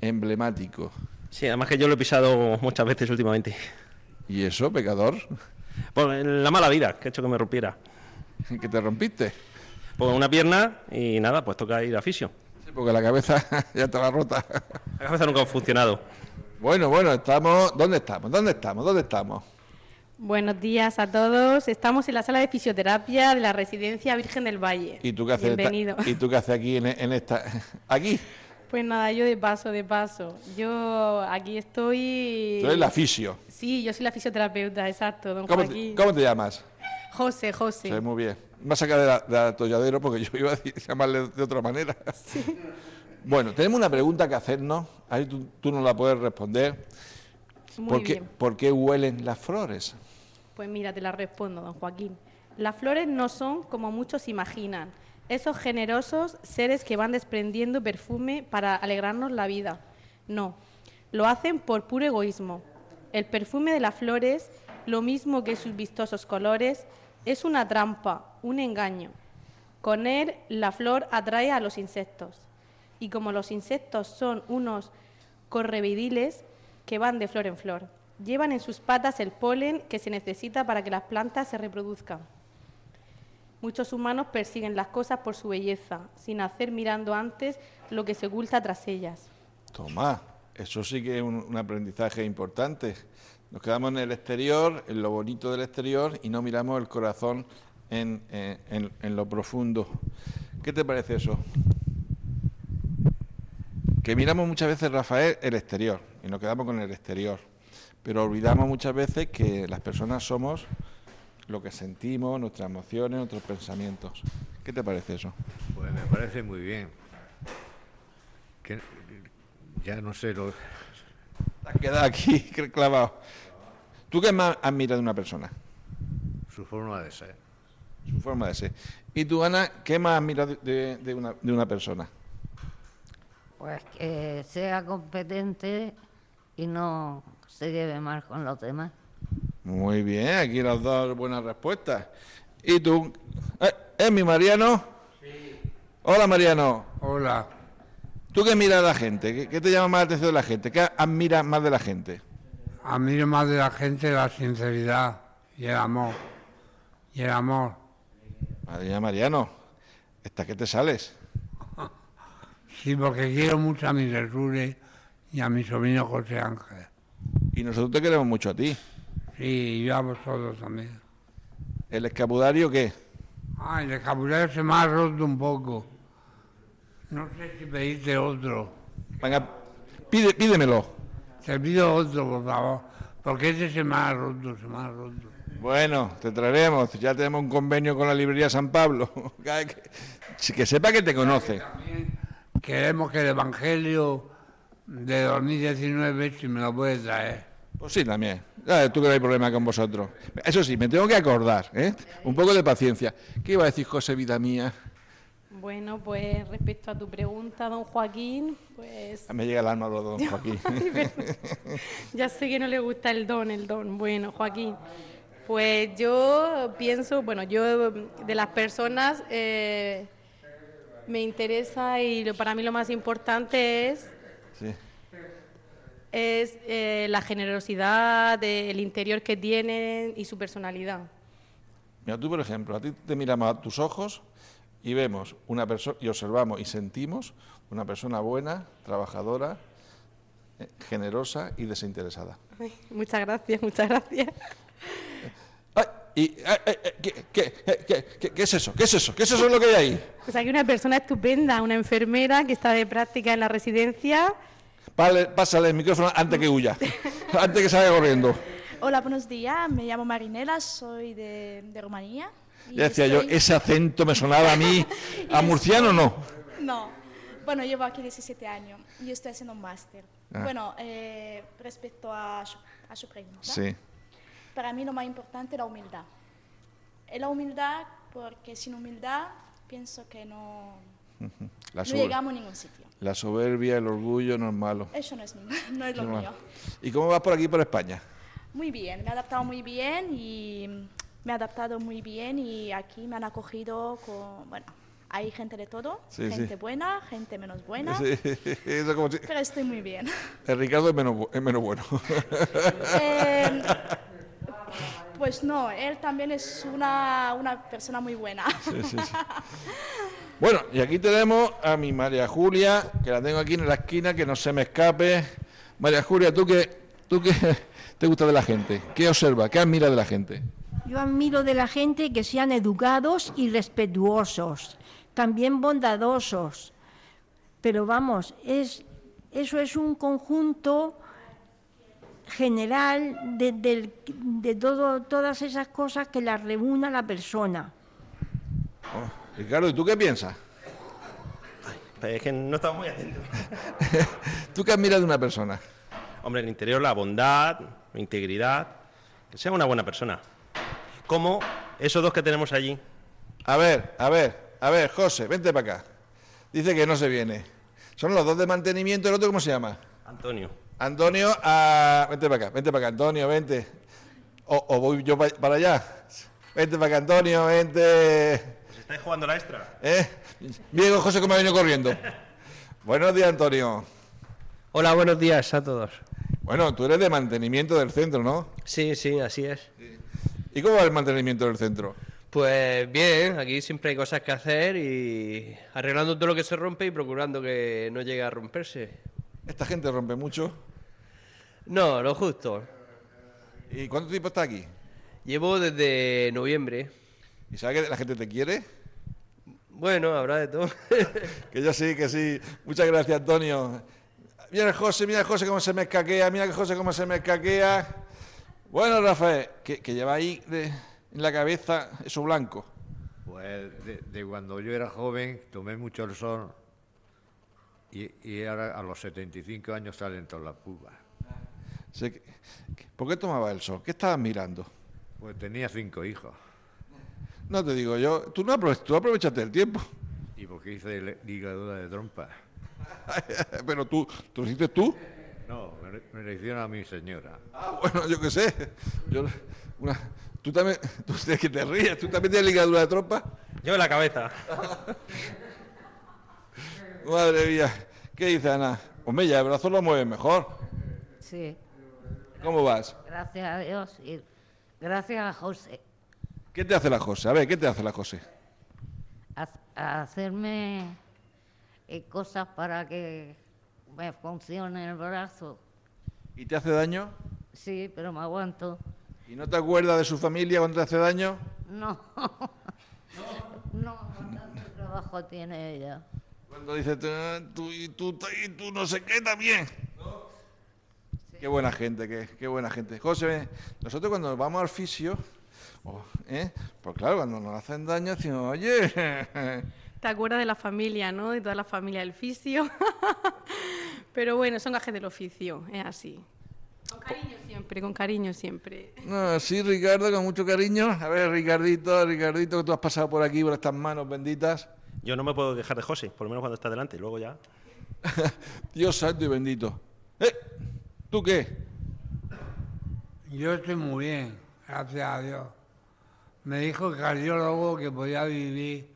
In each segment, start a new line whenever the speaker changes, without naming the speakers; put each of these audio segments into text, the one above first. emblemático.
Sí, además que yo lo he pisado muchas veces últimamente.
¿Y eso, pecador?
Pues la mala vida que ha hecho que me rompiera.
¿Que te rompiste?
Pues una pierna y nada, pues toca ir a fisio.
Sí, porque la cabeza ya estaba rota.
La cabeza nunca ha funcionado.
Bueno, bueno, estamos... ¿Dónde estamos? ¿Dónde estamos? ¿Dónde estamos?
Buenos días a todos. Estamos en la sala de fisioterapia de la residencia Virgen del Valle.
¿Y tú qué haces,
Bienvenido.
¿Y tú qué haces aquí en, en esta... aquí?
Pues nada, yo de paso, de paso. Yo aquí estoy.
Tú eres la fisio.
Sí, yo soy la fisioterapeuta, exacto, don
¿Cómo te,
Joaquín.
cómo te llamas?
José, José.
Sí, muy bien. Me ha sacado de la- del atolladero porque yo iba a decir- llamarle de otra manera. Bueno, tenemos una pregunta que hacernos. Ahí tú, tú nos la puedes responder.
Muy
¿Por qué,
bien.
por qué huelen las flores?
Pues mira, te la respondo, don Joaquín. Las flores no son como muchos imaginan, esos generosos seres que van desprendiendo perfume para alegrarnos la vida. No, lo hacen por puro egoísmo. El perfume de las flores, lo mismo que sus vistosos colores, es una trampa, un engaño. Con él la flor atrae a los insectos. Y como los insectos son unos correvidiles que van de flor en flor, llevan en sus patas el polen que se necesita para que las plantas se reproduzcan. Muchos humanos persiguen las cosas por su belleza, sin hacer mirando antes lo que se oculta tras ellas.
Tomás, eso sí que es un, un aprendizaje importante. Nos quedamos en el exterior, en lo bonito del exterior y no miramos el corazón en, en- en- en lo profundo. ¿Qué te parece eso? Que miramos muchas veces, Rafael, el exterior y nos quedamos con el exterior. Pero olvidamos muchas veces que las personas somos lo que sentimos, nuestras emociones, nuestros pensamientos. ¿Qué te parece eso?
Pues me parece muy bien. Que, ya no sé lo.
Te has quedado aquí clavado. ¿Tú qué más admiras de una persona?
su forma de ser.
Su forma de ser. ¿Y tú, Ana, qué más admiras de, de- de una, de una persona?
Pues que sea competente y no se lleve mal con los demás.
Muy bien, aquí las dos buenas respuestas. ¿Y tú? ¿Eh, ¿Es mi Mariano? Sí. Hola, Mariano.
Hola,
¿Tú qué miras de la gente? ¿Qué, qué te llama más la atención de la gente? ¿Qué admiras más de la gente?
a mí lo más de la gente la sinceridad y el amor. Y el amor,
Madre mía, Mariano, ¿esta qué te sales?
sí, porque quiero mucho a mis Jesús y a mi sobrino José Ángel.
Y nosotros te queremos mucho a ti.
Sí, y yo a vosotros también.
¿El escapulario qué?
Ah, el escapulario se me ha roto un poco. No sé si pediste otro.
Venga, pide, pídemelo.
Te pido otro, por favor, porque este se me ha roto, se me ha roto.
Bueno, te traeremos. Ya tenemos un convenio con la librería San Pablo. Cada vez que, que sepa que te conoce.
Queremos que el Evangelio de 2019, si me lo puede traer.
Pues sí, también. Ya, tú que no hay problema con vosotros. Eso sí, me tengo que acordar, ¿eh? Un poco de paciencia. ¿Qué iba a decir José, vida mía?
Bueno, pues respecto a tu pregunta, don Joaquín, pues
Me llega el alma de don Joaquín.
Ya sé que no le gusta el don, el don. Bueno, Joaquín, pues yo pienso, bueno, yo mm, de las personas eh, me interesa y lo- para mí lo más importante es,
Sí.
es eh, la generosidad, el interior que tienen y su personalidad.
Mira, tú, por ejemplo, a ti te miramos a tus ojos y vemos una persona, y observamos y sentimos una persona buena, trabajadora, eh, generosa y desinteresada.
Ay, muchas gracias, muchas gracias.
Ay, y- ay, ay, ay, ¿qué, qué, qué- qué- qué- qué es eso? ¿Qué es eso? ¿Qué es eso lo que hay ahí?
Pues aquí una persona estupenda, una enfermera que está de práctica en la residencia.
Vale, pásale el micrófono antes que huya, antes que salga corriendo.
Hola, buenos días. Me llamo Marinela, soy de, de Rumanía. y
Ya decía yo,
estoy-
ese acento me sonaba a mí, a murciano no.
No. Bueno, llevo aquí 17 años y estoy haciendo un máster.
Ah.
Bueno, eh, respecto a su, a su pregunta,
Sí.
para mí lo más importante es la humildad. Es la humildad porque sin humildad pienso que no,
La,
no
sober-
llegamos a ningún sitio.
la soberbia, el orgullo no es malo.
Eso no es, mi- no es lo
No es
mío.
malo. ¿Y cómo vas por aquí, por España?
Muy bien, me he adaptado muy bien y mm, me he adaptado muy bien y aquí me han acogido con, bueno, hay gente de todo,
Sí, sí.
gente buena, gente menos buena,
Sí, eso como si-
pero estoy muy bien.
el Ricardo es menos, bu- es menos bueno.
Eh, pues no, él también es una, una persona muy buena.
Sí, sí, sí. Bueno, y aquí tenemos a mi María Julia, que la tengo aquí en la esquina, que no se me escape. María Julia, ¿tú qué, tú qué te gusta de la gente? ¿Qué observa? ¿Qué admira de la gente?
Yo admiro de la gente que sean educados y respetuosos, también bondadosos. Pero vamos, es, eso es un conjunto general de, del- de todo- todas esas cosas que las reúna la persona.
Ricardo, ¿y tú qué piensas?
Pues es que no estaba muy atento.
¿Tú qué admiras de una persona?
Hombre, en el interior la bondad, la integridad, que sea una buena persona. Como esos dos que tenemos allí.
A ver, a ver, a ver, José, vente para acá. Dice que no se viene. Son los dos de mantenimiento, el otro, ¿cómo se llama?
Antonio,
Antonio, ah, vente para acá, vente para acá, Antonio, vente. O, o voy yo pa- para allá. Vente para acá, Antonio, vente.
¿os estáis jugando la extra?
¿Eh? Diego José, ¿cómo ha venido corriendo? Buenos días, Antonio.
Hola, buenos días a todos.
Bueno, tú eres de mantenimiento del centro, ¿no?
Sí, sí, así es.
¿Y cómo va el mantenimiento del centro?
Pues bien, aquí siempre hay cosas que hacer y arreglando todo lo que se rompe y procurando que no llegue a romperse.
Esta gente rompe mucho.
No, lo justo.
¿Y cuánto tiempo está aquí?
Llevo desde noviembre.
¿Y sabes que la gente te quiere?
Bueno, habrá de todo.
Que yo sí, que sí. Muchas gracias, Antonio. Mira el José, mira el José cómo se me escaquea, mira el José cómo se me escaquea. Bueno, Rafael, que, que lleva ahí de- en la cabeza eso blanco.
Pues de, de cuando yo era joven tomé mucho el sol y, y ahora a los 75 años salen todas las pulvas.
Sé que- que- ¿Por qué tomaba el sol? ¿Qué estabas mirando?
Pues tenía cinco hijos
No te digo yo, tú no aprove- tú aprovechaste el tiempo.
y porque hice le- ligadura de trompa.
Pero tú, ¿tú lo hiciste tú?
No, me, lo- me lo hicieron a mi señora.
Ah, bueno, yo qué sé. Yo, una, tú también, tú es que te ríes, tú también tienes ligadura de trompa.
Yo en la cabeza.
Madre mía, ¿qué dice Ana? Hombre, ya el brazo lo mueve mejor.
Sí,
¿Cómo vas?
gracias a Dios y gracias a José.
¿Qué te hace la José? A ver, ¿qué te hace la José?
A, a hacerme eh, cosas para que me funcione el brazo.
¿Y te hace daño?
Sí, pero me aguanto.
¿Y no te acuerdas de su familia cuando te hace daño?
No. No, tanto trabajo tiene ella.
Cuando dice tú, tú, y tú, y tú no sé qué también. Qué buena gente, qué, qué buena gente. José, ven, nosotros cuando nos vamos al fisio, oh, ¿eh? pues claro, cuando nos hacen daño decimos, oye,
Te acuerdas de la familia, ¿no? De toda la familia del fisio. Pero bueno, son gajes del oficio, es así. Con cariño siempre, con cariño siempre.
no, sí, Ricardo, con mucho cariño. A ver, Ricardito, Ricardito, que tú has pasado por aquí, por estas manos benditas.
Yo no me puedo quejar de José, por lo menos cuando está delante. Luego ya.
Dios santo y bendito. ¿Eh? ¿Tú qué?
Yo estoy muy bien, gracias a Dios. Me dijo el cardiólogo que podía vivir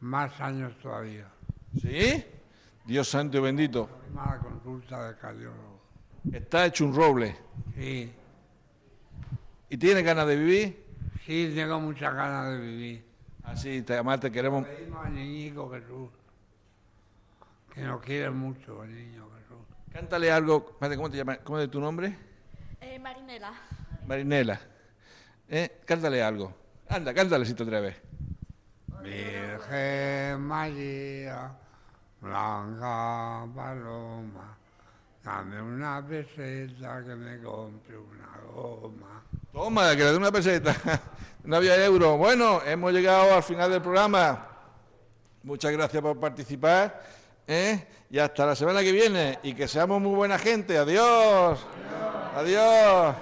más años todavía.
¿Sí? Dios santo y bendito.
Mala consulta del cardiólogo.
Está hecho un roble.
Sí,
¿Y tiene ganas de vivir?
sí, tengo muchas ganas de vivir.
Así, te, además te queremos.
Pedimos al niñico Jesús, que nos quiere mucho el niño Jesús.
Cántale algo. Espérate, ¿Cómo te llamas? ¿Cómo es tu nombre?
Eh, Marinela,
Marinela. ¿Eh? Cántale algo. Anda, cántale si te atreves.
Virgen María, blanca paloma, dame una peseta que me compre una goma.
Toma, que le dé una peseta. No había euro. Bueno, hemos llegado al final del programa. Muchas gracias por participar. ¿eh? Y hasta la semana que viene. Y que seamos muy buena gente. Adiós. Adiós.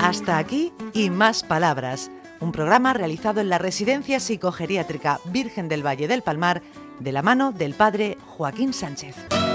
Hasta aquí y más palabras. Un programa realizado en la Residencia Psicogeriátrica Virgen del Valle del Palmar de la mano del padre Joaquín Sánchez.